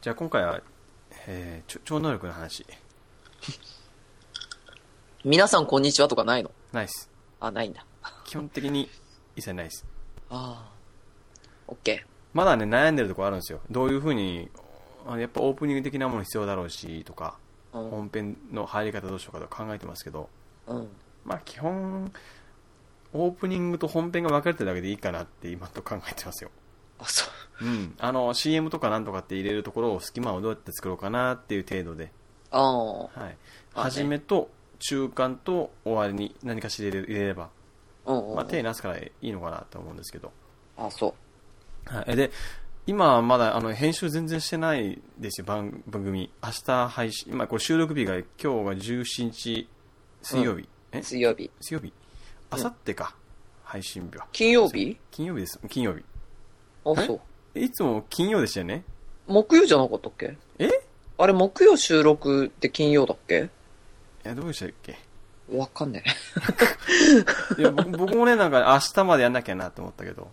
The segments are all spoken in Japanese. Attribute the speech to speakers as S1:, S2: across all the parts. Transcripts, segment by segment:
S1: じゃあ今回は、えー、ちょ超能力の話。
S2: 皆さんこんにちはとかないの
S1: ないっす。
S2: あ、ないんだ。
S1: 基本的に一切ないっす。
S2: ああ。オッケ
S1: まだね、悩んでるとこあるんですよ。どういうふうに、あのやっぱオープニング的なもの必要だろうし、とか、
S2: ー。うん。
S1: 本編の入り方どうしようかとか考えてますけど、
S2: うん。
S1: まあ基本、オープニングと本編が分かれてるだけでいいかなって今と考えてますよ。
S2: あ、そう。
S1: うん。あの、CM とかなんとかって入れるところを隙間をどうやって作ろうかなっていう程度で、
S2: あ
S1: はい。
S2: まあね
S1: 初めと中間と終わりに何かしら入れる入れれば、
S2: あ。うん、うん。
S1: まあ手に出すからいいのかなと思うんですけど。
S2: あ、そう。
S1: はい、えで、今まだあの編集全然してないですよ、番番組。明日配信、今これ収録日が今日が17日水曜日。え
S2: 水曜日。
S1: 水曜日明後日か、配信日は。
S2: 金曜日
S1: 金曜日です、金曜日。
S2: あ、
S1: え
S2: そう。
S1: いつも金曜でしたよね
S2: 木曜じゃなかったっけ
S1: えい
S2: あれ、木曜収録って金曜だっけ
S1: や、どうでしたっけ
S2: わかんね
S1: いや僕 僕もね、なんか明日までやんなきゃなと思ったけど、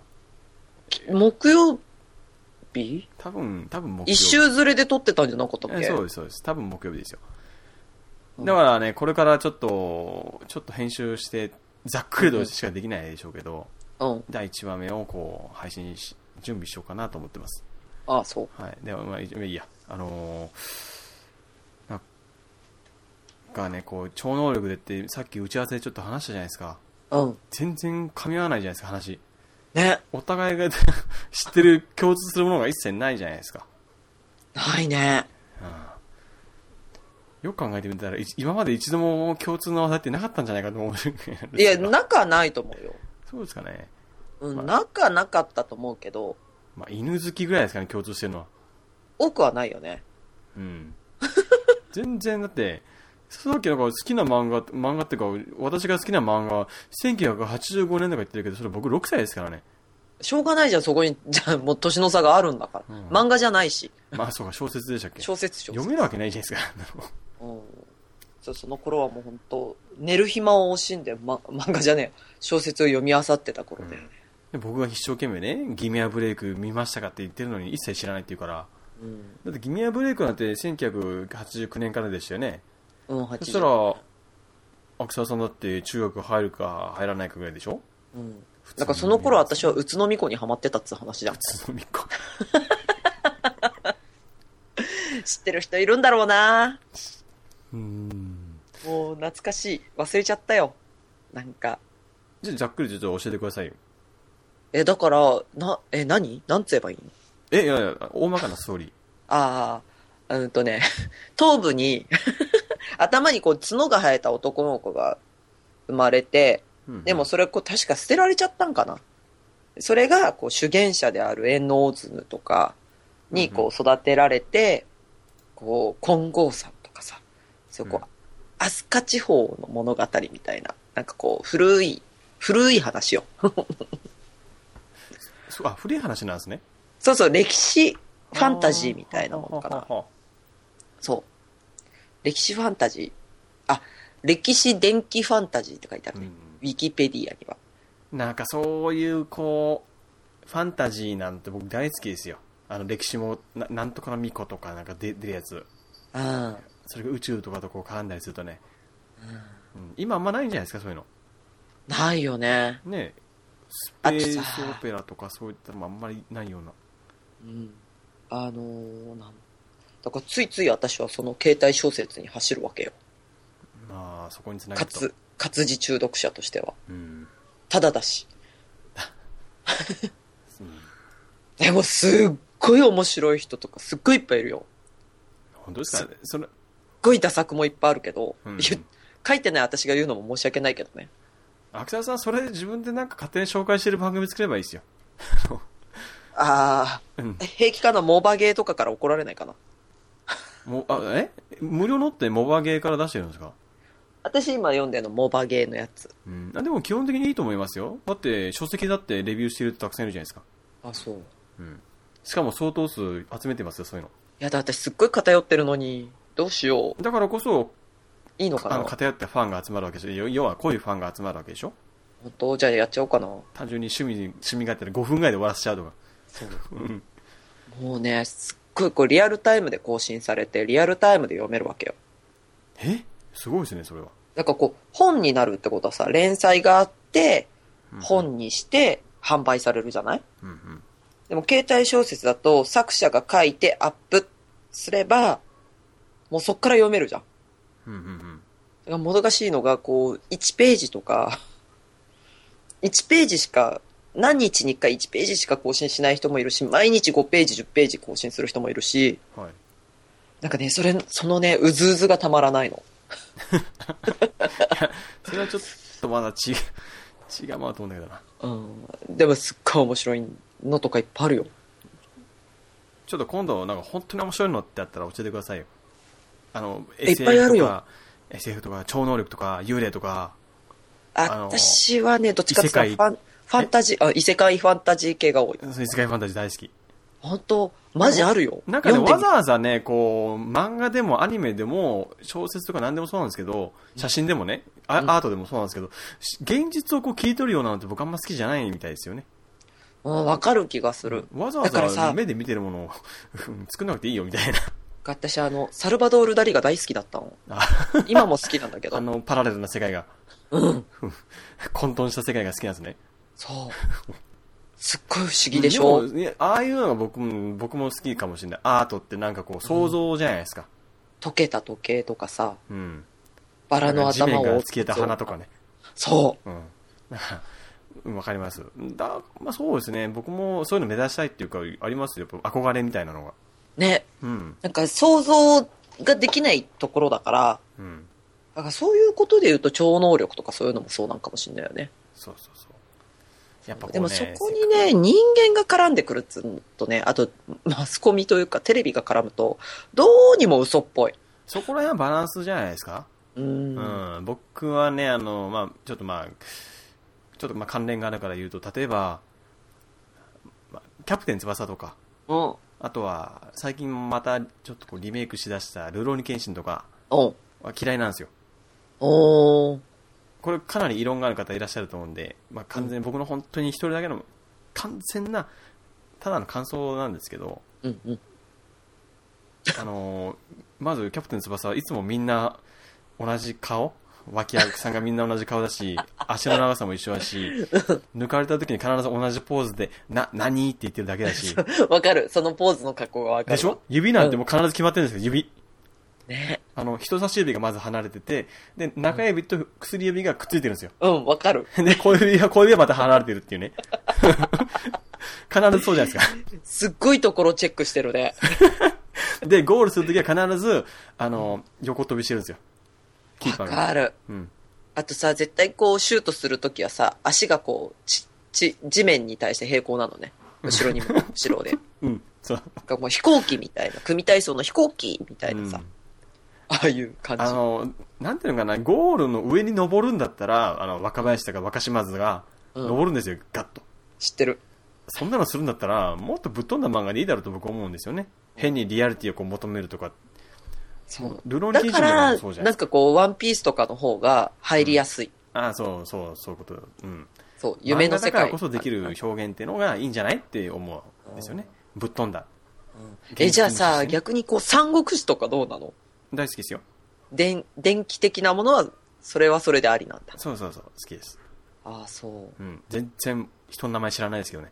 S2: え。 木曜日
S1: 多分、多分木曜日。
S2: 一周ずれで撮ってたんじゃなかったっ
S1: え
S2: け
S1: そう
S2: う。
S1: です、そうです。多分木曜日ですよ。
S2: うん
S1: だからね、これからちょっと、ちょっと編集して、ざっくりとしかできないでしょうけど、
S2: うん。
S1: 第1話目をこう、配信し、準備しようかなと思ってます。
S2: あ、そう。
S1: はい。では、まあ、いいや。あのー、なんかね、こう、超能力でって、さっき打ち合わせでちょっと話したじゃないですか。
S2: うん。
S1: 全然噛み合わないじゃないですか、話。
S2: ね。
S1: お互いが 知ってる共通するものが一切ないじゃないですか。
S2: ないね。
S1: よく考えてみたら、い今まで一度も共通の話題ってなかったんじゃないかと思う。
S2: い や、仲はないと思うよ。
S1: そうですかね。
S2: うん、仲なかったと思うけど、
S1: まあ、犬好きぐらいですかね、共通してるのは。
S2: 多くはないよね。
S1: うん。全然、だって、さっきなんか好きな漫画、漫画っていうか、私が好きな漫画は、1985年とか言ってるけど、それ僕6歳ですからね。
S2: しょうがないじゃん、そこに、じゃあもう年の差があるんだから。
S1: うん
S2: 漫画じゃないし、
S1: ま あ、そうか、小説でしたっけ
S2: 小説小説。
S1: 読めるわけないじゃないですか。あの
S2: うん。そうその頃はもう本当寝る暇を惜しんで、ま、漫画じゃねえ小説を読み漁ってた頃で。
S1: で僕が一生懸命ね、ギミアブレイク見ましたかって言ってるのに一切知らないっていうから、
S2: うん。
S1: だってギミアブレイクなんて1989年からでしたよね。
S2: うん、
S1: そ
S2: 八
S1: したら、秋沢さんだって中学入るか入らないかぐらいでしょ
S2: うん。なんかその頃私は宇都宮子にハマってたっつう話だ。
S1: つのみっこ。
S2: 知ってる人いるんだろうな
S1: うん。
S2: もう懐かしい。忘れちゃったよ。なんか。
S1: じゃあ、ざっくりちょっと教えてくださいよ。
S2: え、だから、な、え、何なんつ言えばいいの
S1: え、いやいや、大まかなストーリー。
S2: ああ、うんとね、 頭部に、 頭にこう角が生えた男の子が生まれて、
S1: うん
S2: でも、それこう確か捨てられちゃったんかな。それがこう主言者であるエノーズヌとかにこう育てられて、こう、金剛山とかさ、そうこ
S1: うん
S2: う、飛鳥地方の物語みたいな、なんかこう古い、古い話よ。
S1: そうあ、古い話なんですね。
S2: そうそう、歴史ファンタジーみたいなものかな。
S1: は
S2: そう。歴史ファンタジー。あ、歴史電気ファンタジーって書いてあ
S1: う
S2: るね。
S1: ん
S2: ウィキペディアには。
S1: なんかそういう、こう、ファンタジーなんて僕大好きですよ。あの、歴史も、ななんとかの巫女とかなんか出出るやつ。
S2: あ
S1: それが宇宙とかとこう絡んだりするとね。うん今あんまないんじゃないですか、そういうの。
S2: あ、ないよね。
S1: ねえスペ
S2: あと
S1: ー
S2: さ
S1: スオペラとかそういったのもあんまりないような。
S2: うん。あのーなんだからついつい私はその携帯小説に走るわけよ。
S1: まあ、そこにつなが
S2: か
S1: ると。
S2: つ、活字中毒者としては。
S1: うん。
S2: ただだし。
S1: うん
S2: でもすっごい面白い人とかすっごいいっぱいいるよ。
S1: 本当ですかそれ、
S2: すっごいダ作もいっぱいあるけど、
S1: うん
S2: 言う書いてない私が言うのも申し訳ないけどね。
S1: 秋田さん、それ自分でなんか勝手に紹介してる番組作ればいいですよ。
S2: あ
S1: うん
S2: あ、平気かなモバゲーとかから怒られないかな
S1: もうあえ無料のってモバゲーから出してるんですか、
S2: 私今読んでるのモバゲーのやつ。
S1: うん、あでも基本的にいいと思いますよだって書籍だってレビューしてる人たくさんいるじゃないですか、
S2: あ、そう。い
S1: うん、しかも相当数集めてますよそういうの
S2: や、だってすっごい偏ってるのに、どうしよ。
S1: だからこそう
S2: いいのか
S1: あ
S2: な
S1: の偏ったファンが集まるわけでしょ要要はこういうファンが集まるわけでしょ
S2: 本当じゃあやっちゃおうかな。も
S1: 単純に趣味に趣味があったら5分ぐらいで終わらせちゃうとか
S2: うね、すっくこうリアルタイムで更新されて、リアルタイムで読めるわけよ。
S1: えすごいですね、それは。
S2: なんかこう、本になるってことはさ、連載があって、
S1: うん、
S2: 本にして販売されるじゃない
S1: うんうん。
S2: でも携帯小説だと作者が書いてアップすれば、もうそっから読めるじゃん。
S1: うんうんうん。
S2: だからもどかしいのが、こう、1ページとか、1ページしか、何日に1回1ページしか更新しない人もいるし、毎日5ページ、10ページ更新する人もいるし、
S1: はい。
S2: なんかね、それ、そのね、うずうずがたまらないの。
S1: それはちょ っとまだ違う、違うまあと思うんだけどな。
S2: うん。でもすっごい面白いのとかいっぱいあるよ。
S1: ちょっと今度、なんか本当に面白いのってあったら教えてくださいよ。あの、
S2: いっぱいあ
S1: SF
S2: る
S1: と
S2: よ
S1: か、SF とか、超能力とか、幽霊とか、あの
S2: 私はね、どっちかっていうと
S1: 異世界
S2: ファン、ファンタジー、あ、異世界ファンタジー系が多い。
S1: そういう世界ファンタジー大好き。
S2: 本当マジあるよ。
S1: なんかね、
S2: 読んで
S1: わ
S2: み
S1: ざわざね、こう、漫画でもアニメでも、小説とか何でもそうなんですけど、写真でもね、あ
S2: うん
S1: アートでもそうなんですけど、し現実をこう切り取るようなのって僕あんま好きじゃないみたいですよね。
S2: うん、わかる気がする。
S1: わざ
S2: だから
S1: わざ
S2: さ
S1: 目で見てるものをうん作んなくていいよみたいな。
S2: 私、あの、サルバドール・ダリが大好きだったの。
S1: あ
S2: 今も好きなんだけ ど。
S1: あの、パラレルな世界が、
S2: うん。
S1: 混沌した世界が好きなんですね。
S2: そう。すっごい不思議でしょ
S1: もいやああいうのが僕も僕も好きかもしれないアートってなんかこう想像じゃないですか、
S2: 溶けた時計とかさ、
S1: うん
S2: バラの
S1: 地
S2: 頭
S1: 面
S2: を
S1: から
S2: 折っ
S1: 突き出た花とかね
S2: そ
S1: うん だからうんわかりますだ、まあ、そうですね僕もそういうの目指したいっていうかありますよやっぱ憧れみたいなのが
S2: う。ね。
S1: うん
S2: なんか想像ができないところだから、
S1: うん
S2: だからそういうことで言うと超能力とかそういうのもそうなんかもしれないよね。
S1: そうそうそうやっぱこう、ね、
S2: でもそこにね、人間が絡んでくるっつうとね、あと、マスコミというかテレビが絡むと、どうにも嘘っぽい。
S1: そこら辺はバランスじゃないですか
S2: うーん。
S1: うん、僕はね、あの、まあ、ちょっとまあ、ちょっとまあ関連があるから言うと、例えば、まあキャプテン翼とか、
S2: うん。
S1: あとは、最近またちょっとこうリメイクしだしたルローニケンシンとか
S2: お
S1: は嫌いなんですよ。
S2: おー
S1: これかなり異論がある方いらっしゃると思うんで、まあ完全に僕の本当に一人だけの完全な、ただの感想なんですけど、
S2: うんうん。
S1: あのーまずキャプテン翼はいつもみんな同じ顔脇役さんがみんな同じ顔だ し、足の長さも一緒だし、抜かれた時に必ず同じポーズで、な、何って言ってるだけだし、
S2: わかる。そのポーズの格好がわか
S1: で
S2: る。
S1: しょ指なんてもう必ず決まってるんですよ、指。
S2: ね。
S1: あの、人差し指がまず離れてて、で、中指と薬指がくっついてるんですよ。
S2: うん、わかる。
S1: で、小指が、小指がまた離れてるっていうね。 必ずそうじゃないです
S2: すっごいところチェックしてる ね。
S1: か。で、ゴールするときは必ず、あの、横飛びしてるんですよ。キーパ
S2: わ
S1: ーが。
S2: かる。
S1: うん。
S2: あとさ、絶対こう、シュートするときはさ、足がこう、ち、ち、地面に対して平行なのね。後 ろにも、後ろで。な
S1: うん。そう。
S2: んかもう飛行機みたいな、組体操の飛行機みたいなさ、
S1: うん
S2: ああいう感じ。
S1: あの、なんていうのかな、ゴールの上に登るんだったら、あの、若林とか若島津が、
S2: うん
S1: 登るんですよ、ガッと。
S2: 知ってる。
S1: そんなのするんだったら、もっとぶっ飛んだ漫画でいいだろうと僕は思うんですよね。変にリアリティをこう求めるとか、
S2: そう。
S1: ルローニ
S2: だ
S1: ケンシ
S2: か、
S1: ンとからもそうじゃないですか
S2: なんかこう、ワンピースとかの方が入りやすい。
S1: ああ、そうそう、そういうことだ。うん。
S2: そう、夢の世
S1: 漫画だか
S2: 界。
S1: らこそできる表現っていうのがいいんじゃないって思うんですよね。ぶっ飛んだ。
S2: え、じゃあさ、
S1: 現実にしてね
S2: 逆にこう、三国志とかどうなの
S1: 大好きですよ。
S2: 電、電気的なものは、それはそれでありなんだ。
S1: そうそうそう、好きです。
S2: ああ、そう。
S1: うん。全然人の名前知らないですけどね。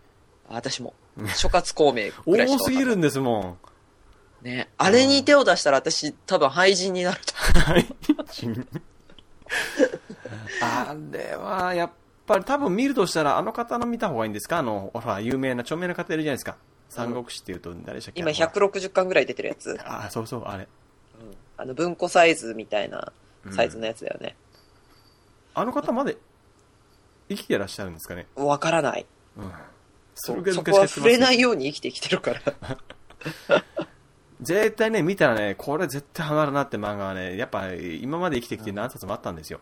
S2: あ私も。諸葛孔明ぐらいしかわかんない
S1: 多すぎるんですもん。
S2: ね。あれに手を出したら私多分廃人になると。
S1: はい。あれは、やっぱり多分見るとしたら、あの方の見た方がいいんですかあの、ほら、有名な、著名な方いるじゃないですか。三国志っていうと、誰でしたっけ
S2: 今。160巻ぐらい出てるやつ。
S1: ああ、そうそう、あれ。
S2: あの文庫サイズみたいなサイズのやつだよね。
S1: あの方まで生きてらっしゃるんですかね。
S2: わからない。
S1: うん。そ
S2: そ
S1: れぐらい
S2: そ
S1: 昔か
S2: こ
S1: ら
S2: は
S1: 知って
S2: 触
S1: ます
S2: れ
S1: よ
S2: ないように生きてきてるから。
S1: 絶対ね、見たらね、これ絶対ハマるなって漫画はね、やっぱ今まで生きてきて何冊もあったんですよ。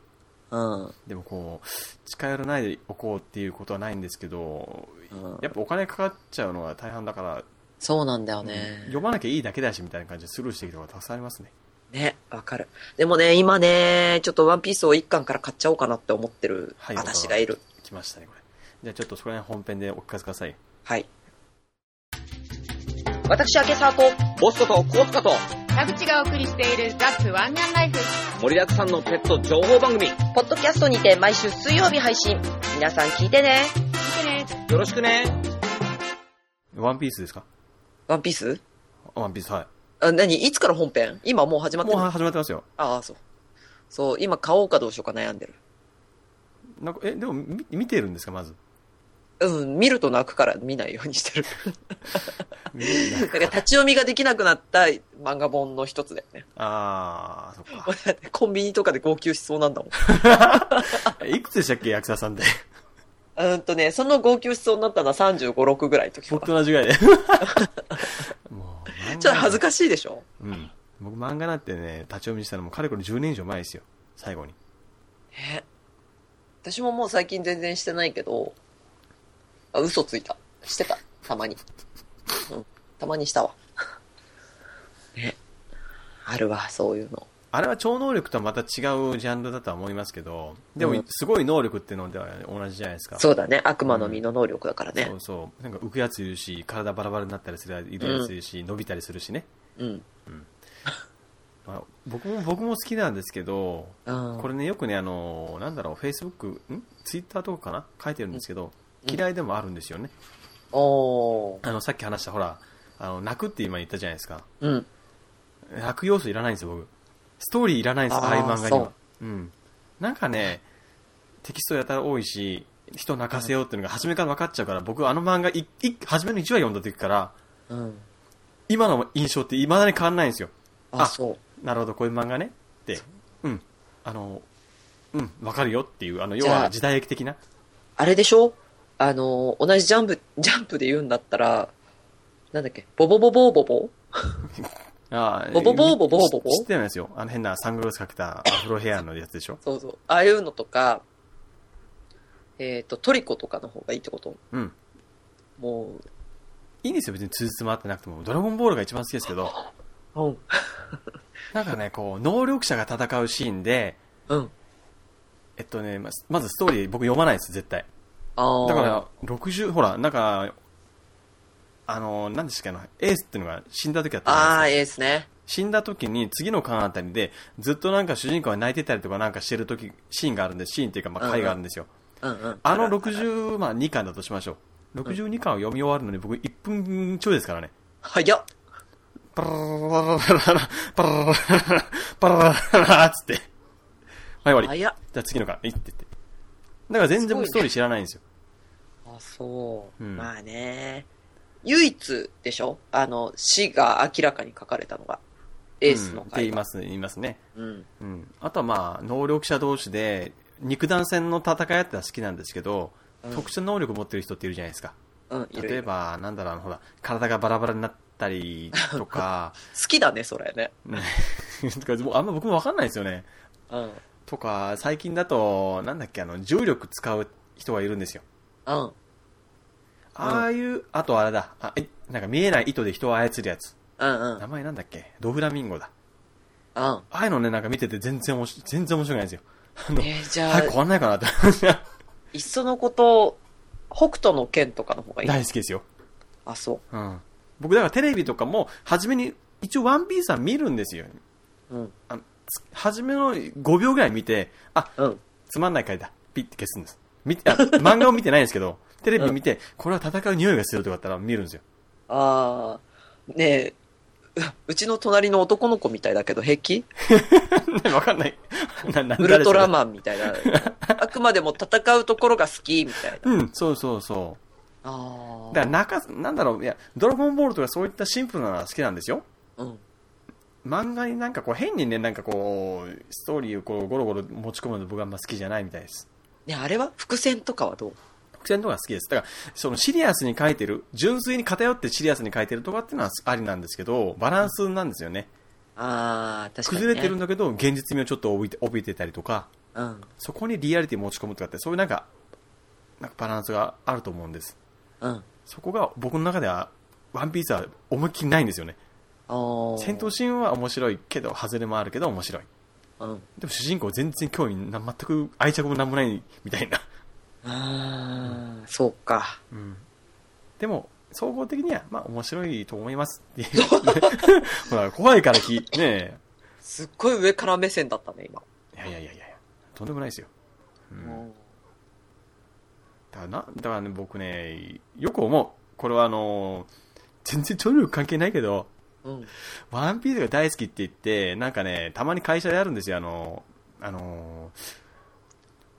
S2: うん。
S1: でもこう、近寄らないでおこうっていうことはないんですけど、
S2: うん
S1: やっぱお金かかっちゃうのが大半だから、
S2: そうなんだよ
S1: 読まなきゃいいだけだしみたいな感じでスルーしてきたことがたくさんありますね。
S2: ね、わかる。でもね、今ね、ちょっとワンピースを一巻から買っちゃおうかなって思ってる
S1: はい
S2: 私がいる。
S1: 来ましたね、これ。じゃあちょっとそこら辺本編でお聞かせください。
S2: はい。私、明沢と、
S3: ボスことコースカと
S4: 田口がお送りしているザ・プワンガンライフ。
S3: 盛りだくさんのペット情報番組よ
S2: ポッドキャストにて毎週水曜日配信。皆さん聞いてね。
S4: 見てね。
S3: ろしくね
S1: ワンピースですか
S2: ワンピース
S1: ワンピース、は
S2: あ、何いつから本編今もう始ま
S1: い。
S2: ってる
S1: もう始まってますよ。
S2: ああ、そう。そう、今買おうかどうしようか悩んでる。
S1: なんか、え、でも、み見てるんですか、まず。
S2: うん、見ると泣くから見ないように してる。
S1: 見てるんだ
S2: だから立ち読みができなくなった漫画本の一つだよね。
S1: あー、そっか。
S2: 俺だってコンビニとかで号泣しそうなんだもん。
S1: えいくつでしたっけ、役者さんで。
S2: うーんとね、その号泣しそうになったのは35、6ぐらいの時
S1: 僕と
S2: か。
S1: 同じぐらいで。 もう、漫画
S2: ちょっと恥ずかしいでしょ
S1: うん。僕、漫画なんてね、立ち読みしたのも、かれこれ10年以上前ですよ。最後に。
S2: え私ももう最近全然してないけど、あ、嘘ついた。してた。たまに。うん。たまにした わ。ね。あるわ、そういうの。
S1: あれは超能力とはまた違うジャンルだとは思いますけど、で
S2: う
S1: も
S2: ん、
S1: すごい能力っていうのでは同じじゃないですか。
S2: そうだね。悪魔の実の能力だから
S1: そ
S2: ね
S1: う。そう。なんか浮くやついるし、体バラバラになったりするやついるやついるし、伸びたりするしね。
S2: うん。
S1: まあ、僕も、僕も好きなんですけど、
S2: うん。
S1: これね、よくね、あの、なんだろう、Facebook、ん Twitter とかかな書いてるんですけど、
S2: うん
S1: 嫌いでもあるんですよね。
S2: おー。
S1: あの、さっき話した、ほら、あの、泣くって今言ったじゃないですか。
S2: うん。
S1: 泣く要素いらないんですよ、僕。ストーリーいらないんです、
S2: あー
S1: ああいう漫画に
S2: そ
S1: は。うん。なんかね、テキストやたら多いし、人泣かせようっていうのが初めから分かっちゃうから、僕あの漫画、いい初めの1話読んだ時から、
S2: うん。
S1: 今の印象って未だに変わんないんですよ。
S2: あ、
S1: あ
S2: そう。
S1: なるほど、こういう漫画ねって。うん。あの、うん、わかるよっていう、あの、要
S2: じゃあ
S1: は時代劇的な。
S2: あれでしょあの、同じジャンプ、ジャンプで言うんだったら、なんだっけ、ボボボボボボ
S1: ああ
S2: ボボボボボボボボ
S1: 知知ってますよ。あの変なサングラスかけたアフロヘアのやつでしょ。
S2: そうそう。ああいうのとか、えっ、と、トリコとかの方がいいってこと
S1: うん。
S2: も
S1: いいんですよ、別に通じつまってなくても。ドラゴンボールが一番好きですけど、
S2: う、うん。
S1: なんかね、こう、能力者が戦うシーンで、
S2: うん。
S1: えっとね、ままずストーリー僕読まないです、絶対。
S2: ああ。
S1: だから、60、ほら、なんか、あの、何でしたっけ、あの、エースっていうのが死んだ時だったじゃないです
S2: あ
S1: か
S2: あ、ええですね。
S1: 死んだ時に次の巻あたりでずっとなんか主人公が泣いてたりとかなんかしてる時シーンがあるんでシーンっていうかまあ回があるんですよ、
S2: うんうん。
S1: あの62、まあ、2巻だとしましょう62巻を読み終わるのに僕1分ちょいですからね
S2: 早っ。
S1: パラララララパラララララパラララララっつってはい終わりじ
S2: 早っ。
S1: ゃあ次の巻いってってだから全然ストーリー知らないんですよ
S2: あ、そう。
S1: うん
S2: まあね。唯一でしょあの、死が明らかに書かれたのが、エースの
S1: うんって言
S2: 回
S1: います言いますね
S2: うん。
S1: うん、あとはまあ能力者同士で肉弾戦の戦いあってのは好きなんですけど、
S2: うん
S1: 特殊能力持ってる人っているじゃないですか
S2: うん、いるいる
S1: 例えばなんだろうあのほら体がバラバラになったりと か
S2: 好きだね、それね。
S1: ね とかもうあんま僕も分かんないですよね
S2: うん。うん。
S1: とか最近だとなんだっけあの重力使う人がいるんですよ
S2: あ
S1: ああいう、あとあれだあえなんか見えない糸で人を操るやつ
S2: うんうん。うん。
S1: 名前なんだっけドフラミンゴだ
S2: あ
S1: ああいうのねなんか見てて全然面白い全然面白くないんですよあの
S2: えーじゃあ
S1: 早く、終わんないかなって
S2: いっそのこと、北斗の剣とかの方がい い。
S1: 大好きですよ
S2: あ、そ
S1: うん、僕だからテレビとかも初めに一応「ワンピースは見るんですよ
S2: う。うん。
S1: つ初めの5秒ぐらい見てあ
S2: うん。
S1: つまんない回だピッて消すんです見てあ漫画を見てないんですけ どテレビ見て、これは戦う匂いがするとかだったら見るんですよ
S2: ああ、ねえ、 ううちの隣の男の子みたいだけど平気
S1: 分かんない なな
S2: ウルトラ
S1: ン
S2: マンみたいな。 あくまでも戦うところが好きみたいな。
S1: うんそうそうそう
S2: ああ。
S1: だから中なんだろういやドラゴンボールとかそういったシンプルなのは好きなんですよ
S2: うん。
S1: 漫画になんかこう変にねなんかこうストーリーをこうゴロゴロ持ち込むの僕はあんま好きじゃないみたいです
S2: ねあれは伏線とかはどう
S1: 伏線とか好きです。だから、そのシリアスに書いてる、純粋に偏ってシリアスに書いてるとかっていうのはありなんですけど、バランスなんですよね。
S2: ああ、確かに、ね。
S1: 崩れてるんだけど、現実味をちょっと帯びて帯びてたりとか、
S2: うん。
S1: そこにリアリティ持ち込むとかって、そういうなんか、なんかバランスがあると思うんです。
S2: うん。
S1: そこが僕の中では、ワンピースは思いっきりないんですよね。戦闘
S2: し、
S1: シーンは面白いけど、外れもあるけど面白い。
S2: うん。
S1: でも主人公全然興味な、全く愛着もなんも ないみたいな。
S2: ああ、そうか。
S1: でも、好総合的には、まあ、面白いと思います。っていうほら、怖いからき、ねえ。
S2: すっごい上から目線だったね、今。
S1: いやいやいやいや、とんでもないですよ。うん。だからな、だからね、僕ね、よく思う。これはあのー全然超能力関係ないけど、
S2: うん。
S1: ワンピースが大好きって言って、なんかね、たまに会社であるんですよ、あの、あの、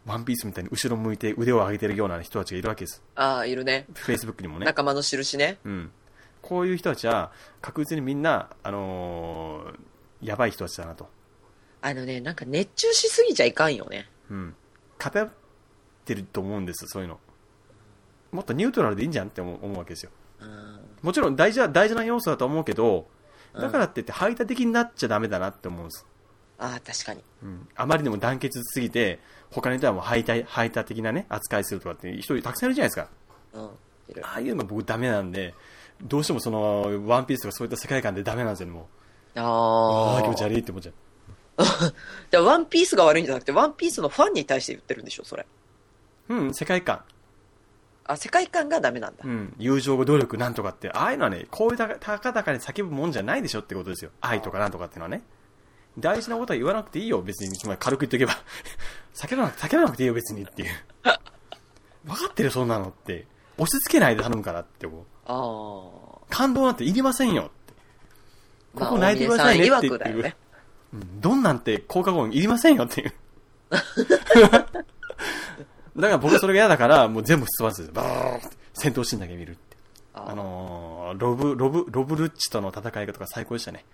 S1: ワンピースみたいに後ろ向いて腕を上げてるような人たちがいるわけです。
S2: ああ、いるね。
S1: Facebook にもね。
S2: 仲間の印ね。
S1: うん。こういう人たちは、確実にみんな、あのーやばい人たちだなと。
S2: あのね、なんか熱中しすぎちゃいかんよね。
S1: うん。偏ってると思うんです、そういうの。もっとニュートラルでいいんじゃんって思う思うわけですよ。
S2: うん。
S1: もちろん大事な、大事な要素だと思うけど、だからって言って排他的になっちゃダメだなって思うんです。
S2: ああ、確かに。
S1: うんあまりにも団結すぎて、他の人はもう排他排他的なね、扱いするとかっていう人たくさんいるじゃないですか。
S2: うん。いる。
S1: ああいうの僕ダメなんで、どうしてもその、ワンピースとかそういった世界観でダメなんですよね、もう。あ
S2: あ
S1: あー、
S2: あ。
S1: 気持ち悪いって思っちゃう。
S2: じゃあワンピースが悪いんじゃなくて、ワンピースのファンに対して言ってるんでしょ、それ。
S1: うん、世界観。
S2: あ、世界観がダメなんだ
S1: う。ん、友情、努力、なんとかって、ああいうのはね、こういうたたかだかに叫ぶもんじゃないでしょってことですよ。愛とかなんとかっていうのはね。大事なことは言わなくていいよ、別に。つまり軽く言っておけば。 叫ばなく叫ばなくていいよ、別にっていう。 分かってるよ、そんなのって。押し付けないで頼むからって思う。
S2: ああ。
S1: 感動なんていりませんよって。こ
S2: まあ
S1: こ泣いてくださいねって言っ
S2: 大宮さん曰くだ
S1: て
S2: よね
S1: る。うんどんなんて効果音いりませんよって いう。だから僕それが嫌だから、もう全部すっ飛ばすんですよ。バーって戦闘シーンだけ見るって。
S2: あー
S1: あのーロブ、ロブ、ロブルッチとの戦い方が最高でしたね。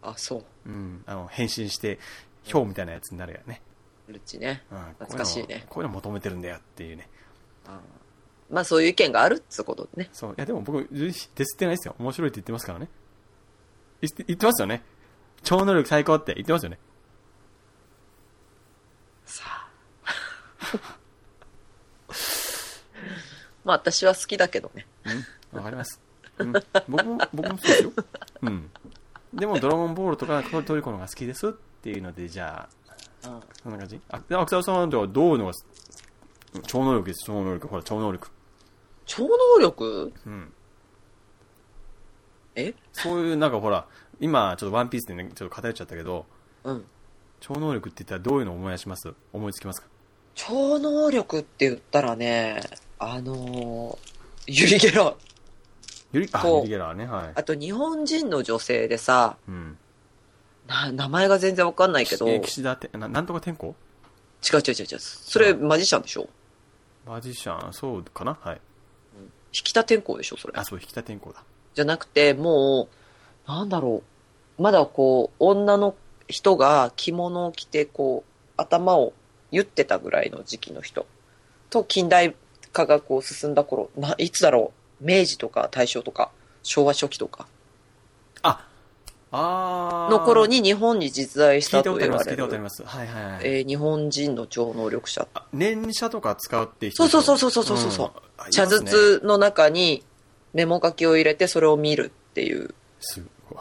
S2: あ、そう。
S1: うん。あの、変身して、ヒョウみたいなやつになるやね。
S2: ルッチね。
S1: うん。
S2: 懐かしいね
S1: こういうの。こういうの求めてるんだよっていうね。
S2: あーまあそういう意見があるっつうことでね。
S1: そう。いやでも僕、デスってないですよ。面白いって言ってますからね。言って言ってますよね。超能力最高って言ってますよね。
S2: さあ。まあ私は好きだけどね。
S1: わかります。うん、僕も、僕もそうですよ。うん。でも、ドラゴンボールとかトリコのが好きですっていうので、じゃあ、
S2: うん
S1: そんな感じあ、で、アクサさんはどういうのが、超能力です、超能力。ほら、超能力。
S2: 超能力
S1: うん。
S2: え
S1: そういう、なんかほら、今、ちょっとワンピースでね、ちょっと偏っちゃったけど、
S2: うん。
S1: 超能力って言ったらどういうのを思い出します思いつきますか
S2: 超能力って言ったらね、あのーユリゲラー。
S1: ユリ、あ、
S2: そう
S1: ユリゲラーね、はい。
S2: あと日本人の女性でさ、
S1: うん。
S2: な名前が全然わかんないけど、違う
S1: え
S2: 違う
S1: 岸田って、ななんとか天候
S2: 違う違う。それマジシャンでしょ
S1: マジシャン、そうかなはい。
S2: 引田天候でしょ、それ
S1: あ、。そう、引田天候だ。
S2: じゃなくて、もう、なんだろう。まだこう、女の人が着物を着て、こう、頭をゆってたぐらいの時期の人と近代化がこう進んだ頃、ないつだろう。明治とか大正とか、昭和初期とか
S1: あ、あー
S2: の頃に日本に実在し
S1: 聞いた
S2: たと
S1: ことあり
S2: 言
S1: ま
S2: わ
S1: す、聞
S2: れ
S1: いたことあり
S2: る、
S1: ます。はいはいはい。
S2: えー日本人の超能力者。
S1: あ念写とか使うって人
S2: そ
S1: で
S2: う
S1: し
S2: そ
S1: ょ
S2: うそうそうそうそうそう。
S1: うんあい
S2: 茶
S1: ますね
S2: 筒の中にメモ書きを入れてそれを見るっていう。
S1: すごい。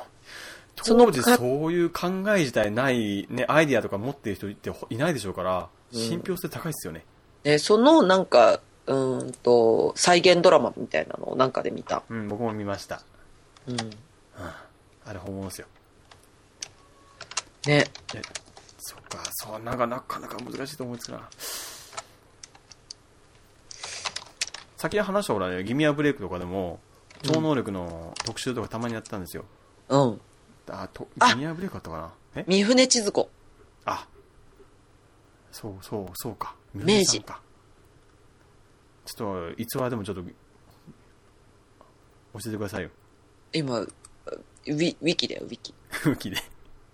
S2: その
S1: 当時そういう考え自体ない、ね、アイディアとか持ってる人っていないでしょうから、
S2: うん
S1: 信憑性高いですよね。
S2: ね、そのなんか、うーんと、再現ドラマみたいなのをなんかで見た。
S1: うん、僕も見ました。
S2: うん。
S1: あれ本物ですよ。
S2: ね。
S1: そっか、そう、なんかなかなか難しいと思いつくな。先に話したほらね、ギミアブレイクとかでも、超能力の特集とかたまにやったんですよ。
S2: うん。
S1: あ、と
S2: あ
S1: ギミアブレイクだったかなえ
S2: 三船千鶴子。
S1: あそうそうそうか
S2: 明治
S1: 宮城さんかちょっと逸話でもちょっと教えてくださいよ
S2: 今、ウィ、ウィキだよ、ウィキ。
S1: 空気で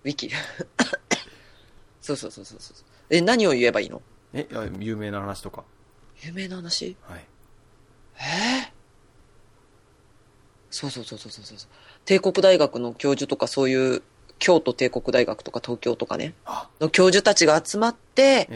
S2: ウィキ。 そうそうそうそうそう。え、何を言えばいいの
S1: えあ有名な話とか
S2: 有名な話
S1: はい
S2: そうそうそうそうそうそう。帝国大学の教授とかそういう、京都帝国大学とか東京とかね、
S1: あ
S2: の教授たちが集まって、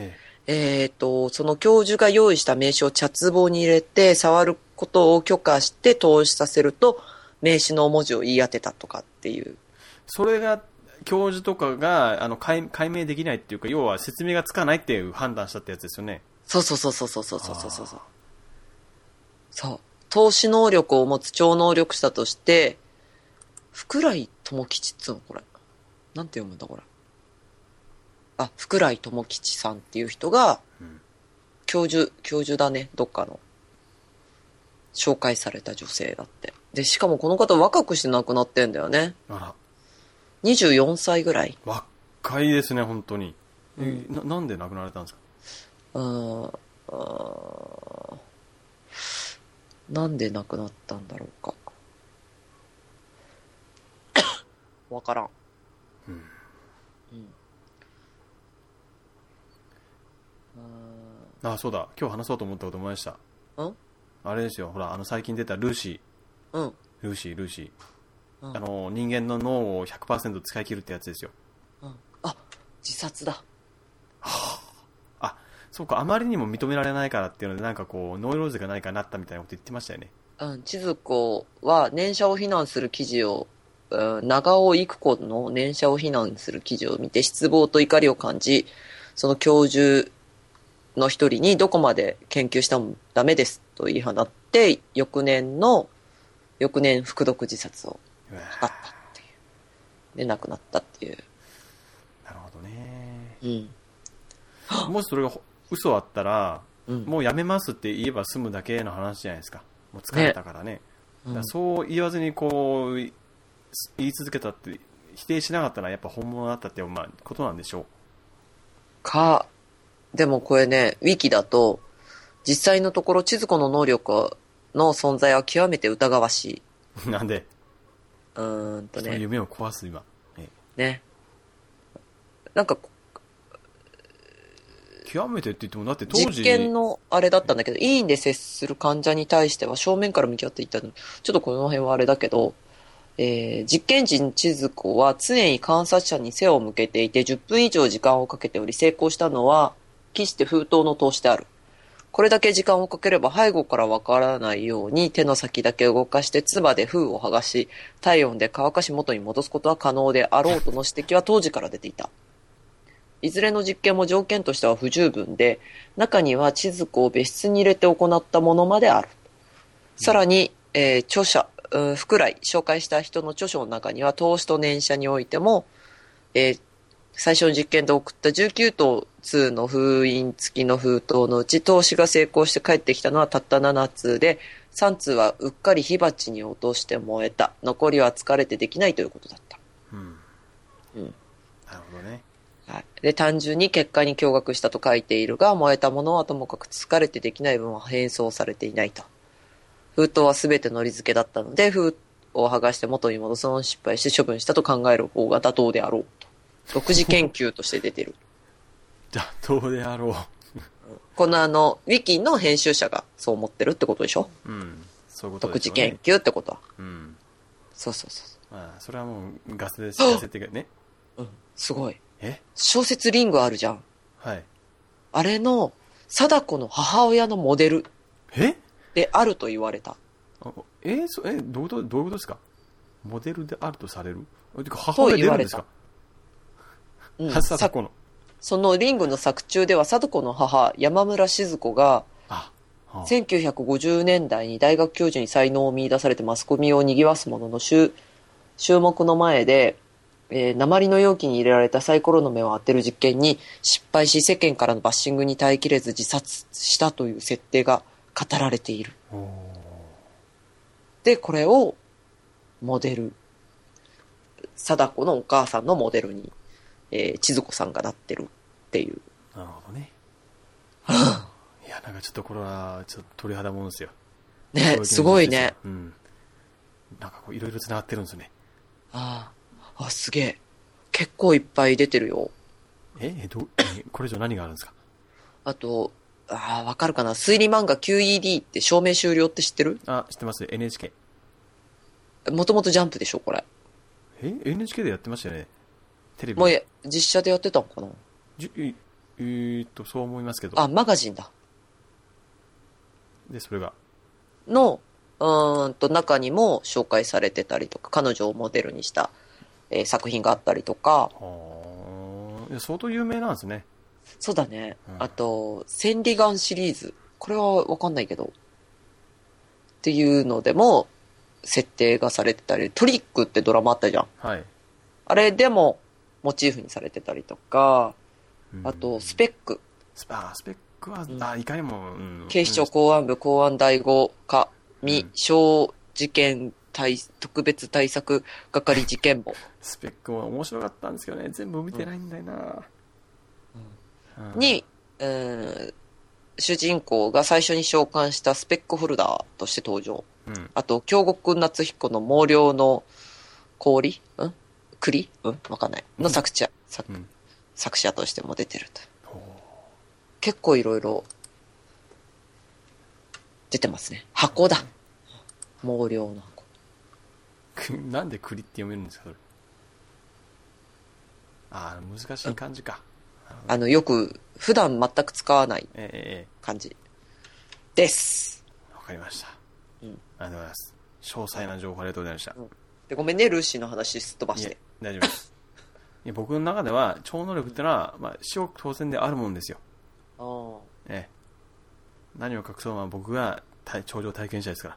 S1: え
S2: えっ、と、その教授が用意した名刺を茶壺に入れて、触ることを許可して投資させると、名刺の文字を言い当てたとかっていう。
S1: えそれが教授とかがあの解解明できないっていうか要は説明がつかないっていう判断したってやつですよね
S2: そうそうそうそうそうそうそうそうそ
S1: あー
S2: うそう。透視能力を持つ超能力者として、福来智吉っつうのこれ。なんて読むんだこれ。あ、福来智吉さんっていう人が、
S1: うん
S2: 教授、教授だね、どっかの。紹介された女性だって。で、しかもこの方若くして亡くなってんだよね。
S1: あ
S2: 24歳ぐらい。
S1: ら、若いですね、本当に。えななんで亡くなられたんですか
S2: うーんうーんなんで亡くなったんだろうか。 わからん。
S1: うん
S2: うん。うーん
S1: あそうだ今日話そうと思ったこと思いました
S2: ん
S1: あれですよほらあの最近出たルーシ
S2: うん。
S1: ールーシールーシ
S2: う
S1: ー、
S2: ん
S1: あの人間の脳を100%使い切るってやつですよ
S2: うんあ、自殺だ。
S1: そうかあまりにも認められないからっていうのでなんかこうノイローゼがないかなったみたいなこと言ってましたよね
S2: うん、千鶴子は念写を非難する記事を、うん長尾育子の念写を非難する記事を見て失望と怒りを感じ、その教授の一人にどこまで研究してもダメですと言い放って、翌年の、翌年服毒自殺を
S1: うわ
S2: 図ったっていう。で、亡くなったっていう。
S1: なるほどね
S2: うん。
S1: もしそれがほ嘘あったら
S2: うん。
S1: もうやめますって言えば済むだけの話じゃないですかもう疲れたからね
S2: うん
S1: だからそう言わずにこうい言い続けたって否定しなかったらやっぱ本物だったってまあことなんでしょう
S2: か、でもこれね、ウィキだと、実際のところ、千鶴子の能力の存在は極めて疑わしい。
S1: なんで、
S2: うーんと
S1: その
S2: ね、
S1: 夢を壊す今、え
S2: ね。なんか、
S1: え極めてって言っても、だって当時、
S2: 実験のあれだったんだけど、医院で接する患者に対しては正面から向き合っていったの。ちょっとこの辺はあれだけど、えー実験人千鶴子は常に観察者に背を向けていて、10分以上時間をかけており、成功したのは、期して封筒の通しである。これだけ時間をかければ背後からわからないように手の先だけ動かして唾で封を剥がし体温で乾かし元に戻すことは可能であろうとの指摘は当時から出ていた。いずれの実験も条件としては不十分で、中には地図庫を別室に入れて行ったものまである。さらに、えー著者、うん福来、紹介した人の著書の中には、投資と念写においても、えー最初の実験で送った19頭通の封印付きの封筒のうち、投資が成功して帰ってきたのはたった7通で、3通はうっかり火鉢に落として燃えた。残りは疲れてできないということだった。
S1: うん
S2: うん
S1: なるほどね。
S2: はい、で単純に結果に驚愕したと書いているが燃えたものはともかく疲れてできない分は変装されていないと封筒は全てのり付けだったので封を剥がして元に戻すのを失敗して処分したと考える方が妥当であろうと独自研究として出ている
S1: じゃあ、どうであろ
S2: このあのウィキの編集者がそう思ってるってことでしょ
S1: う。うん。そういうこと
S2: 独
S1: です
S2: 自
S1: よ
S2: 研
S1: ね。
S2: 究ってことは
S1: うん。
S2: そうそうそう
S1: まあ、それはもう、ガスで知らせてくれね。
S2: すごい
S1: え
S2: 小説リングあるじゃん
S1: はい。
S2: あれの貞子の母親のモデル
S1: え
S2: であると言われた
S1: あえそえどういうこと、どういうことですかモデルであるとされるあてか、母
S2: そう
S1: 親出
S2: 言
S1: る
S2: わ
S1: ん
S2: れ
S1: です
S2: た
S1: か
S2: うん、
S1: はっさとこの。
S2: そのリングの作中では貞子の母山村静子が
S1: あ、はあ
S2: 1950年代に大学教授に才能を見出されてマスコミを賑わすものの週週目の前で、えー鉛の容器に入れられたサイコロの目を当てる実験に失敗し世間からのバッシングに耐えきれず自殺したという設定が語られている
S1: おー
S2: でこれをモデル貞子のお母さんのモデルに、えー、千鶴子さんがなってるっていう
S1: なるほどね。いや、なんかちょっとこれは、ちょっと鳥肌ものですよ。
S2: ねすごいね。
S1: うん。なんかこう、いろいろ繋がってるんですね。
S2: ああ、あ、すげえ。結構いっぱい出てるよ。
S1: ええどうえこれ以上何があるんですか
S2: あと、ああ、わかるかな。推理漫画 QED って証明終了って知ってる
S1: あ知ってます NHK
S2: もともとジャンプでしょ、これ。
S1: え NHK でやってましたよねテレビ
S2: もうえ、実写でやってたのかな
S1: じええーっとそう思いますけど
S2: あ、マガジンだ。
S1: でそれが
S2: の、うーんと、中にも紹介されてたりとか、彼女をモデルにした、えー作品があったりとか、
S1: あーいや相当有名なんですね
S2: そうだね
S1: う。ん
S2: あと、千里眼シリーズ。これはわかんないけど。っていうのでも、設定がされてたり、トリックってドラマあったじゃん。
S1: はい。
S2: あれでも、モチーフにされてたりとか、あと、スペック。
S1: スあースペックは、
S2: うん
S1: あーいかにも、うん
S2: 警視庁公安部公安第5課未
S1: うん
S2: 小事件対特別対策係事件簿
S1: スペックも面白かったんですけどね、全部見てないんだよな。うん、
S2: に、うーん主人公が最初に召喚したスペックホルダーとして登場。
S1: うん、
S2: あと、京極夏彦の毛量の氷ん栗うんわかんない。の作者、作
S1: うん
S2: 作者としても出てると。
S1: ほ
S2: 結構いろいろ出てますね。箱だ。毛量の箱。
S1: うくなんで栗って読めるんですか、それ。ああ、難しい漢字か。
S2: あの、よく、普段全く使わない
S1: えええ
S2: 感じです。
S1: えわかりました。
S2: うん
S1: ありがとうございます。詳細な情報ありがとうございました。
S2: で、ごめんね、ルーシーの話すっ飛ば
S1: い
S2: し
S1: え
S2: て。、
S1: 大丈夫で す。いや僕の中では、超能力ってのは、まあ、至極当然であるもんですよ。
S2: あー
S1: ええ。何を隠そうのは僕が体頂上体験者ですから。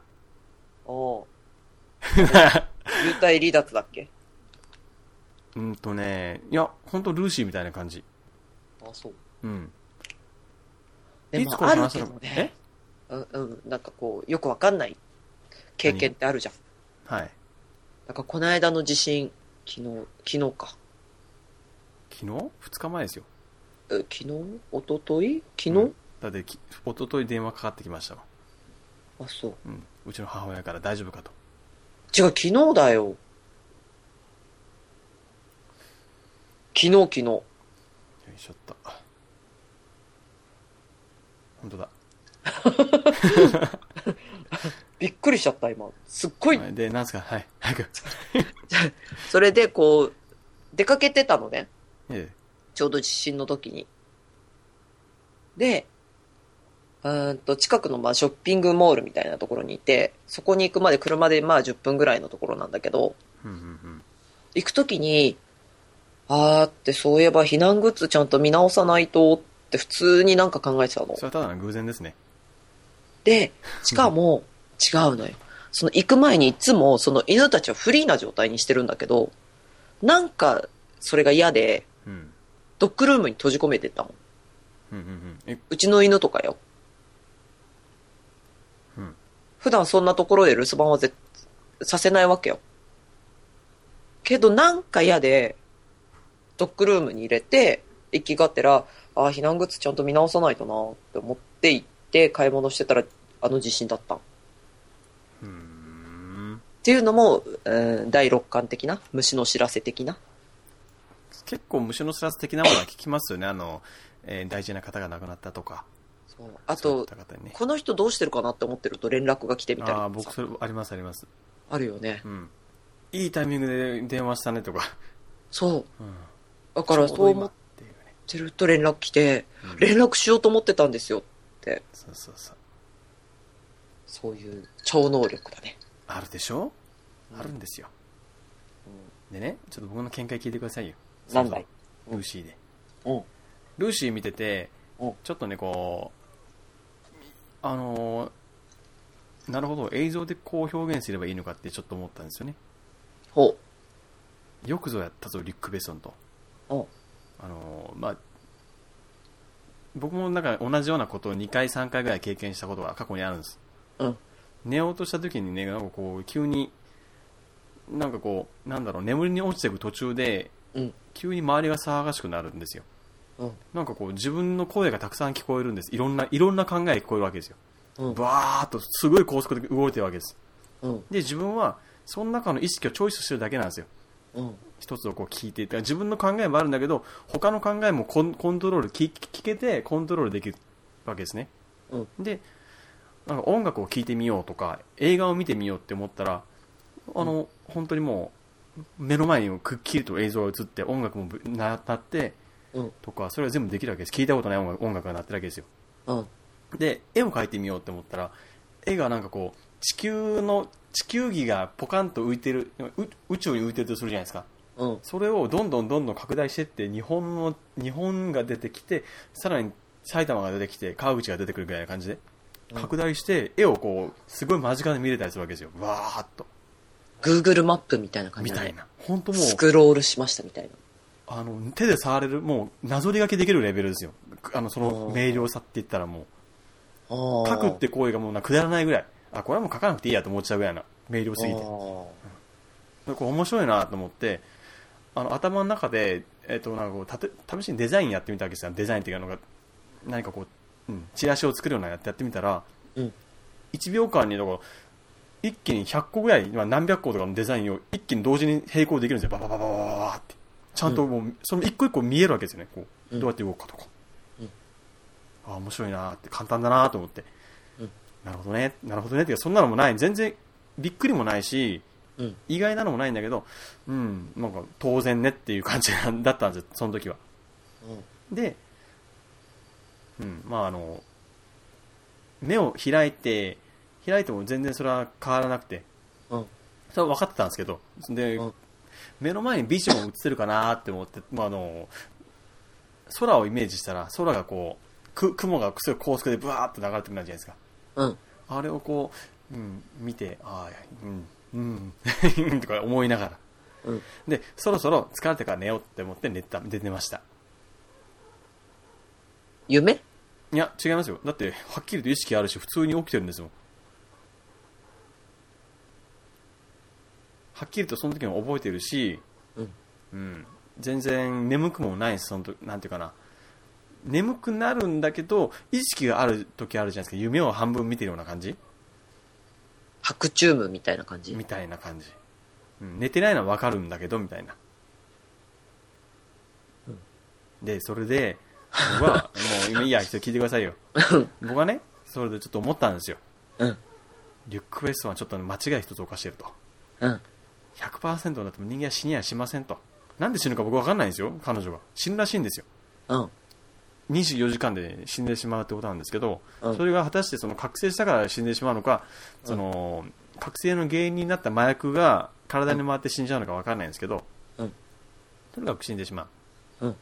S2: お ー幽体離脱だっけ
S1: うんとね、いや、ほんとルーシーみたいな感じ。
S2: あそう。
S1: うん。
S2: で
S1: 律
S2: も、
S1: 子
S2: あ
S1: と
S2: る
S1: 話し
S2: け
S1: た
S2: ど
S1: の
S2: ね。うん、うん、なんかこう、よくわかんない経験ってあるじゃん。
S1: えはい。
S2: なんか、この間の地震、昨日、昨日か。
S1: 昨日 ?2 日前ですよ。
S2: え昨日一昨日昨日、
S1: うんだってき、おととい電話かかってきましたも
S2: あ、そう。
S1: ん。うん。うちの母親から大丈夫かと。
S2: 違う、昨日だよ。昨日、昨日。
S1: よいしょっと。本当だ。
S2: びっくりしちゃった、今。すっごい
S1: はいで、なんすかはい。早く。
S2: それでこう、出かけてたのね。
S1: え
S2: ちょうど地震の時に。で、うーんと、近くのまあショッピングモールみたいなところにいて、そこに行くまで車でまあ10分ぐらいのところなんだけど、
S1: え。うんうん
S2: 行く時に、あーってそういえば避難グッズちゃんと見直さないとって普通になんか考えてた
S1: う
S2: の
S1: ん。そ。れはただの偶然ですね。
S2: で、しかも違うのよ。その行く前にいつもその犬たちをフリーな状態にしてるんだけど、なんかそれが嫌で、
S1: うん。
S2: ドッグルームに閉じ込めてったもん。
S1: うんうんうん。え、
S2: うちの犬とかよ。
S1: うん
S2: 普段そんなところで留守番は絶させないわけよ。けどなんか嫌で、ドッグルームに入れて、行きがてら、ああ、避難グッズちゃんと見直さないとなって思って行って買い物してたら、あの地震だった。っ
S1: うーん。
S2: ていうのも、うん、第六感的な、虫の知らせ的な。
S1: 結構虫の知らせ的なものは聞きますよね。あの、えー大事な方が亡くなったとか。
S2: そうあ
S1: そういった
S2: と、
S1: 方にね。
S2: この人どうしてるかなって思ってると連絡が来てみたりと
S1: ああ、
S2: か
S1: 僕、
S2: さ
S1: それ、ありますあります。
S2: あるよね。
S1: うん。いいタイミングで電話したねとか。
S2: そう。
S1: うん。
S2: だからそう思っ
S1: っていうね。
S2: ってると連絡来て、
S1: うん
S2: 連絡しようと思ってたんですよ。
S1: そうそうそう。
S2: そういう超能力だね。
S1: あるでしょ
S2: うん
S1: あるんですよ。でね、ちょっと僕の見解聞いてくださいよ。
S2: なんだい
S1: そろそろルーシーで。
S2: うん。
S1: ルーシー見てて
S2: うん、
S1: ちょっとね、こう、あのーなるほど、映像でこう表現すればいいのかってちょっと思ったんですよね。
S2: ほ
S1: よくぞやったぞ、リュック・ベソンと。
S2: う。うん。
S1: あのーまあ、僕もなんか同じようなことを2回、3回ぐらい経験したことが過去にあるんです。
S2: うん
S1: 寝ようとした時にね、なんかこう、急に、なんかこう、なんだろう、眠りに落ちていく途中で、
S2: うん
S1: 急に周りが騒がしくなるんですよ。
S2: うん
S1: なんかこう、自分の声がたくさん聞こえるんです。いろんな、いろんな考えが聞こえるわけですよ。
S2: うん
S1: バーっと、すごい高速で動いてるわけです。
S2: うん。
S1: で、自分は、その中の意識をチョイスしてるだけなんですよ。
S2: うん。
S1: 一つをこう聞いていて自分の考えもあるんだけど他の考えもコンコントロール聞聞けてコントロールできるわけですね、
S2: うん
S1: でなんか音楽を聴いてみようとか映画を見てみようって思ったらあの、本当にもう目の前にくっきりと映像が映って音楽もぶななって、
S2: うん
S1: とかそれは全部できるわけです聞いたことない音楽音楽が鳴ってるわけですよ
S2: うん。
S1: で絵を描いてみようって思ったら絵がなんかこう地球の地球儀がポカンと浮いてるう宇宙に浮いてるとするじゃないですか
S2: うん。
S1: それをどんどんどんどん拡大していって日本の日本が出てきてさらに埼玉が出てきて川口が出てくるぐらいな感じで拡大して、絵をこう、すごい間近で見れたりするわけですよ。わーっと。
S2: Google マップみたいな感
S1: み
S2: じで
S1: たいな。本当もう、
S2: スクロールしましたみたいな。
S1: あの、手で触れる、もう、なぞり書きできるレベルですよ。あの、その明瞭さって言ったらも
S2: あ
S1: う、
S2: ー
S1: 書くって行為がもうな、くだらないぐらい。あ、これはもう書かなくていいやと思っちゃうぐらいな。明瞭すぎて。
S2: あー
S1: これ面白いなと思って、あの、頭の中で、えっ、と、なんかこうたて、試しにデザインやってみたわけですよ。デザインっていうか、なんか、何かこう、うん、チラシを作るようなやってやってみたら、
S2: うん
S1: 1秒間に、だから、一気に100個ぐらい、まあ何百個とかのデザインを一気に同時に並行できるんですよ。バババババババーって。ちゃんともう、その一個一個見えるわけですよね。こう、
S2: うん
S1: どうやって動くかとか。
S2: うん
S1: ああ、面白いなーって、簡単だなーと思って。
S2: うん
S1: なるほどね、なるほどねっていうか、そんなのもない。全然、びっくりもないし、
S2: うん
S1: 意外なのもないんだけど、うん、なんか当然ねっていう感じなんだったんですよ、その時は。
S2: うん
S1: で、うん、まああの、目を開いて、開いても全然それは変わらなくて、
S2: うん
S1: それは分かってたんですけど、で、
S2: うん
S1: 目の前にビジョン映ってるかなって思って、まああの、空をイメージしたら、空がこう、く雲がすごい高速でブワーっと流れてくるじゃないですか。
S2: うん。
S1: あれをこう、うん、見て、ああ、うん、うん、 うんとか思いながら。
S2: うん
S1: で、そろそろ疲れてから寝ようって思って寝てた、寝てました。
S2: 夢
S1: いや、違いますよ。だって、はっきりと意識あるし、普通に起きてるんですもん。はっきりとその時も覚えてるし、
S2: うん
S1: うん全然眠くもないです、その時、なんていうかな。眠くなるんだけど、意識がある時あるじゃないですか。夢を半分見てるような感じ
S2: 白チュームみたいな感じ
S1: みたいな感じ、うん、寝てないのは分かるんだけどみたいな、でそれで僕はもう今いいや人聞いてくださいよ僕はねそれでちょっと思ったんですよ
S2: うん。
S1: リュック・ベストンはちょっと間違い一つ犯してると
S2: うん。
S1: 100%になっても人間は死にはしませんとなんで死ぬか僕分かんないんですよ彼女が死ぬらしいんですよ
S2: うん。
S1: 24時間で死んでしまうってことなんですけど、
S2: うん
S1: それが果たしてその覚醒したから死んでしまうのか、その覚醒の原因になった麻薬が体に回って死んじゃうのか分からないんですけど、
S2: うん
S1: とにかく死んでしまう、
S2: うん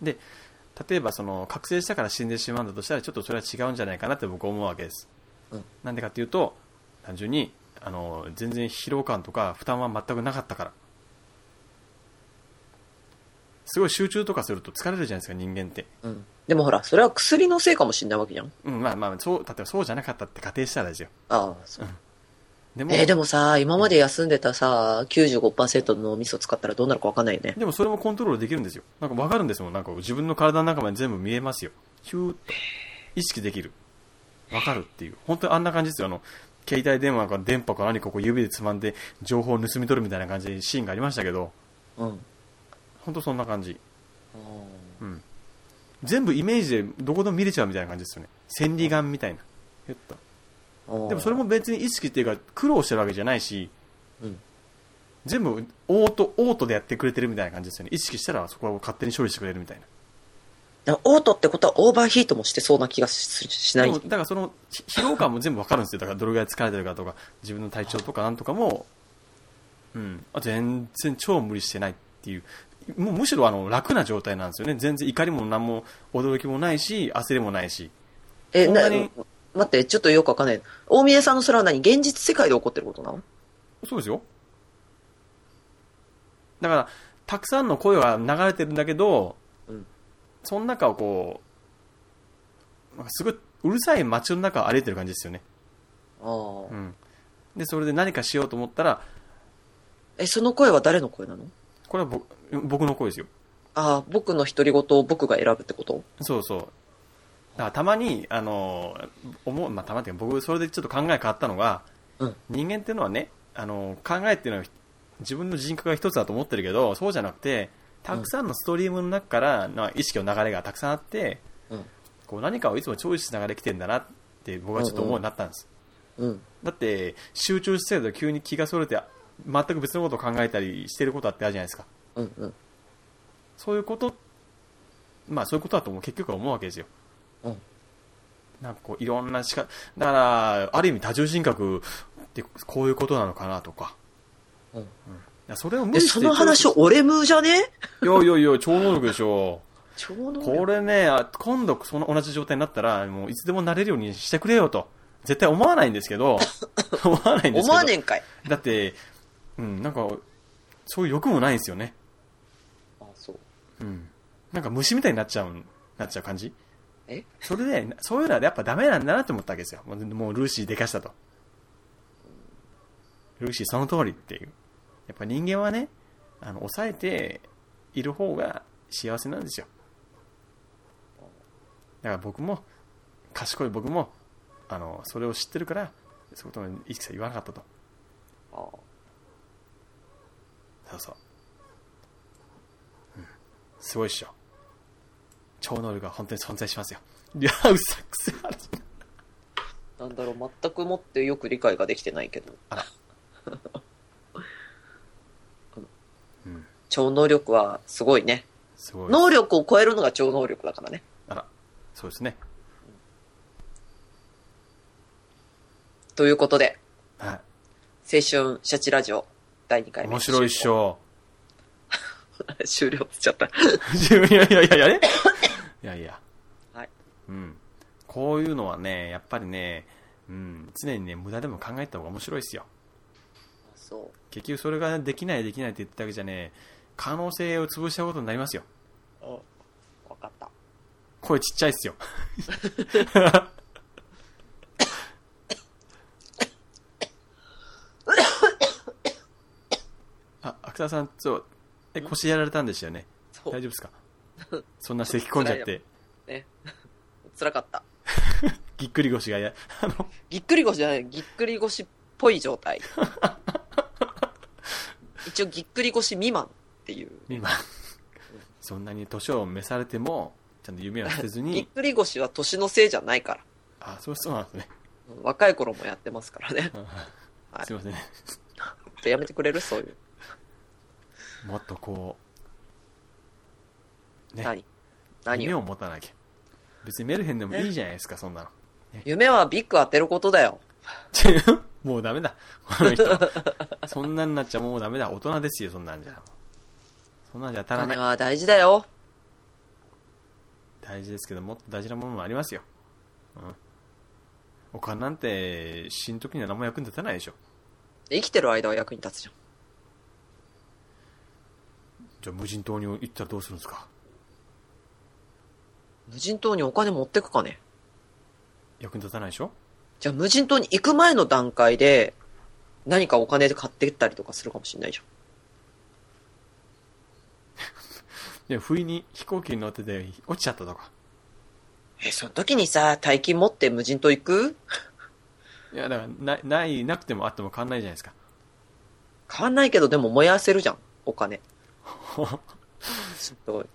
S1: で例えばその覚醒したから死んでしまうんだとしたらちょっとそれは違うんじゃないかなって僕は思うわけです、
S2: うん
S1: なんでかっていうと単純にあの全然疲労感とか負担は全くなかったからすごい集中とかすると疲れるじゃないですか人間って
S2: うん。でもほら、それは薬のせいかもしんないわけじゃん。
S1: うん、まあまあ、そう、例えばそうじゃなかったって仮定したらですよ。
S2: ああ、そう。
S1: でも、
S2: えーでもさ、今まで休んでたさ、95%の脳みそ使ったらどうなるかわかんないよね。
S1: でもそれもコントロールできるんですよ。なんかわかるんですもん。なんか自分の体の中まで全部見えますよ。ヒューって意識できる。わかるっていう。本当にあんな感じですよ。あの、携帯電話か電波か何かこう指でつまんで情報を盗み取るみたいな感じでシーンがありましたけど、
S2: うん。
S1: 本当そんな感じ。うん。全部イメージでどこでも見れちゃうみたいな感じですよね。千里眼みたいな。ひゅっとでもそれ
S2: も、
S1: も別に意識っていうか苦労してるわけじゃないし、
S2: うん
S1: 全部オートオートでやってくれてるみたいな感じですよね意識したらそこは勝手に処理してくれるみたいな
S2: だからオートってことはオーバーヒートもしてそうな気がししない
S1: でも。だからそのひ疲労感も全部わかるんですよだからどれぐらい疲れてるかとか自分の体調とかなんとかも、うん、あ全然超無理してないっていうもうむしろあの楽な状態なんですよね全然怒りも何も驚きもないし焦りもないし
S2: え、
S1: そんな
S2: な、
S1: に
S2: 待って、ちょっとよくわかんない。大宮さんのそれは何現実世界で起こってることなの
S1: そうですよ。だから、たくさんの声が流れてるんだけど、
S2: うん
S1: その中をこう、なんかすごい、うるさい街の中を歩いてる感じですよね。
S2: ああ、
S1: うん。で、それで何かしようと思ったら、
S2: え、その声は誰の声なの
S1: これは僕僕の声ですよ。
S2: ああ、僕の独り言を僕が選ぶってこと
S1: そうそう。だからたまに、あの、思う、まあ、たまにっていうか僕、それでちょっと考え変わったのが、
S2: うん
S1: 人間っていうのはね、あの、考えっていうのは自分の人格が一つだと思ってるけど、そうじゃなくて、たくさんのストリームの中から、まあ意識の流れがたくさんあって、
S2: うん
S1: こう何かをいつも調理しながら来てんだなって僕はちょっと思うようになったんです。
S2: うん。
S1: だって、集中してると急に気がそれて、全く別のことを考えたりしてることだってあるじゃないですか。
S2: うんうん。
S1: そういうこと、まあそういうことだともう結局は思うわけですよ。
S2: うん
S1: なんかこういろんなしか、だから、ある意味多重人格ってこういうことなのかなとか。
S2: うん
S1: いやそれを無
S2: え、
S1: 理して。
S2: その話、俺ムーじゃね
S1: いやいやいや、超能力でしょ。
S2: ちょうど。
S1: これね、あ今度その同じ状態になったら、もういつでもなれるようにしてくれよと。絶対思わないんですけ ど、思わないんですけど。
S2: 思わねえんかい。
S1: だって、うん、なんか、そういう欲もないんですよね。
S2: あ、そう。
S1: うん。なんか虫みたいになっちゃうん、なっちゃう感じ
S2: え
S1: それで、そういうのはやっぱダメなんだなって思ったわけですよ。もうもうルーシーでかしたと。ルーシーその通りっていう。やっぱ人間はね、あの、抑えている方が幸せなんですよ。だから僕も、賢い僕も、あの、それを知ってるから、そういうことを一切言わなかったと。
S2: ああ
S1: そうそう。うん、すごいっしょ。超能力が本当に存在しますよ。いや、うさくせえ話。
S2: なんだろう、全くもってよく理解ができてないけど。
S1: あら
S2: あの
S1: うん
S2: 超能力はすごいね。
S1: すごい。
S2: 能力を超えるのが超能力だからね。
S1: あら、そうですね。
S2: ということで、
S1: は
S2: 青春シャチラジオ第2
S1: い。
S2: 回目。
S1: 面白いっし。ょ。
S2: 終了しちゃった。
S1: いやいやいやい や、ね、いやいや。
S2: はい。
S1: うん。こういうのはね、やっぱりね、うん、常にね、無駄でも考えた方が面白いですよ。
S2: そ
S1: 結局それができないできないって言ってたわけじゃね、可能性を潰したことになりますよ。
S2: う。わかった。
S1: 声ちっちゃいっすよ。あ、芥田さん、そう、え、腰やられたんでしたよね。
S2: そ
S1: 大
S2: う
S1: 丈夫ですかそんな咳込んじゃ って、
S2: 辛かった。
S1: ぎっくり腰がや、あの、
S2: ぎっくり腰じゃない、ぎっくり腰っぽい状 態。一応、ぎっくり腰未満っていう。
S1: 今、そんなに年を召されても、ちゃんと夢は捨てず
S2: ぎっ
S1: に、
S2: くり腰は年のせいじゃないから。
S1: あ、そうそうなんですね。
S2: 若い頃もやってますからね。
S1: あすいませんね。
S2: やめてくれるそういう。
S1: もっとこう、ね、
S2: 何何
S1: 夢
S2: を
S1: を持たなきゃ。別にメルヘンでもいいじゃないですか、そんなの。
S2: 夢はビッグ当てることだよ。
S1: もうダメだ。この人。そんなんなっちゃもうダメだ。大人ですよ、そんなんじゃ。そんなんじゃ当た
S2: お
S1: らな
S2: 金
S1: い。
S2: は大事だよ。
S1: 大事ですけど、もっと大事なものもありますよ。うん。お金なんて、死ぬ時には何も役に立たないでしょ。
S2: 生きてる間は役に立つじゃん。
S1: じゃあ、無人島に行ったらどうするんですか
S2: 無人島にお金持ってくかね。
S1: 役に立たないでしょ
S2: じゃあ無人島に行く前の段階で、何かお金で買ってったりとかするかもしれないじゃん。
S1: で、不意に飛行機に乗ってて落ちちゃったとか。
S2: え、その時にさ、大金持って無人島行く
S1: いや、だから、ない、ない、なくてもあっても変わんないじゃないですか。
S2: 変わんないけど、でも燃やせるじゃん。お金。すごい。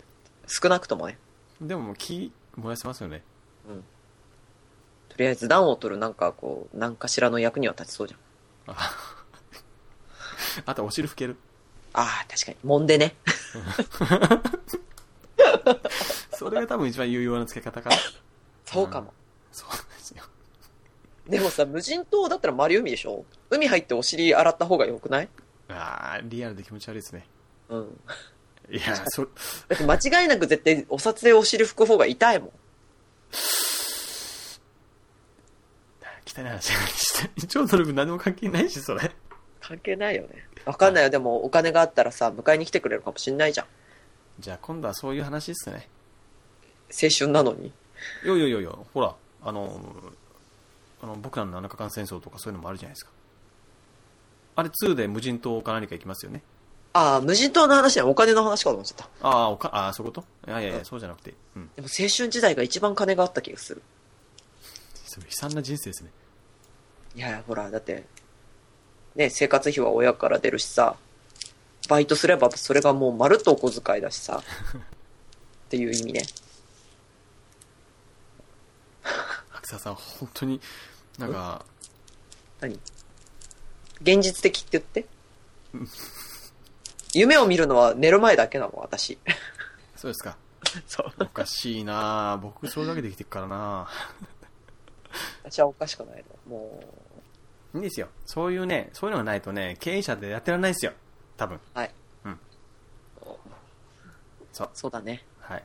S2: 少なくともね。
S1: でももう木燃やせますよね。
S2: とりあえず暖を取るなんかこう、何かしらの役には立ちそうじゃん。
S1: あとお汁拭ける。
S2: ああ、確かに。揉んでね。
S1: それが多分一番有用な使い方かな。
S2: そうかも。
S1: そうなんですよ。
S2: でもさ、無人島だったら丸海でしょ海入ってお尻洗った方が良くない
S1: あーリアルで気持ち悪いですね。
S2: うん。
S1: いや、 そ、
S2: だって間違いなく絶対お札でお尻拭く方が痛いもん。
S1: 汚い話して。 超能力何も関係ないし、それ。
S2: 関係ないよね。わかんないよ。でもお金があったらさ、迎えに来てくれるかもしんないじゃん。
S1: じゃあ今度はそういう話ですね。
S2: 青春なのに。
S1: よいよいよいよ、ほら、あの、あの僕らの7日間戦争とかそういうのもあるじゃないですか。あれ2で無人島か何か行きますよね。
S2: ああ、無人島の話ね。お金の話かと思っちゃった。
S1: あーおか、あーそういうこといやいやいや、そうじゃなくて。うん。
S2: でも青春時代が一番金があった気がする。
S1: それ悲惨な人生ですね。
S2: いや、ほら、だって、ね、生活費は親から出るしさ、バイトすればそれがもうまるっとお小遣いだし さ、っていう意味ね。
S1: 白沢さん、本当に、なんか、
S2: 何現実的って言って。夢を見るのは寝る前だけなの、私。
S1: そうですか。
S2: そう。
S1: おかしいなぁ僕、それだけで生きてるからなぁ
S2: 私はおかしくないの。も
S1: いいんですよ。そういうね、そういうのがないとね、経営者でやってらんないですよ。多分。
S2: う、はい。
S1: うんそう
S2: そうだね。
S1: はい。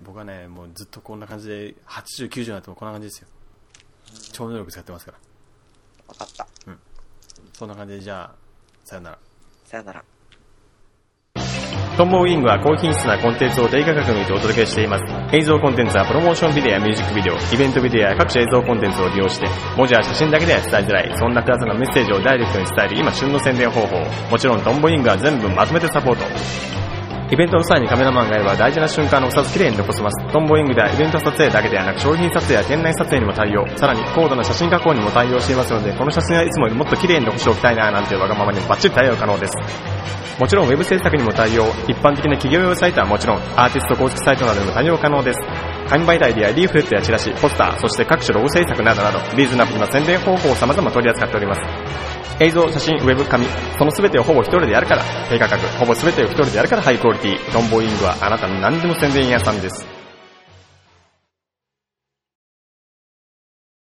S1: 僕はね、もうずっとこんな感じで、80、90になってもこんな感じですよ。
S5: 超能力使ってますから。
S2: わかった。
S5: そんな感じで、じゃあ、さよなら。
S2: さよなら。
S5: トンボウイングは高品質なコンテンツを低価格にてお届けしています。映像コンテンツはプロモーションビデオやミュージックビデオ、イベントビデオや各種映像コンテンツを利用して、文字や写真だけでは伝えづらい、そんなクラスのメッセージをダイレクトに伝える今旬の宣伝方法。もちろんトンボウイングは全部まとめてサポート。イベントの際にカメラマンがいれば大事な瞬間のお札きれいに残せます。トンボウイングではイベント撮影だけではなく商品撮影や店内撮影にも対応。さらに高度な写真加工にも対応していますので、この写真はいつもよりもっと綺麗に残しておきたいななんていうわがままにもバッチリ対応可能です。もちろんウェブ制作にも対応、一般的な企業用サイトはもちろん、アーティスト公式サイトなどにも対応可能です。紙媒体でやリーフレットやチラシ、ポスター、そして各種ロゴ制作などなど、リーズナブルな宣伝方法を様々取り扱っております。映像、写真、ウェブ、紙、その全てをほぼ一人でやるから、低価格、ほぼ全てを一人でやるからハイクオリティ、トンボウイングはあなたの何でも宣伝屋さんです。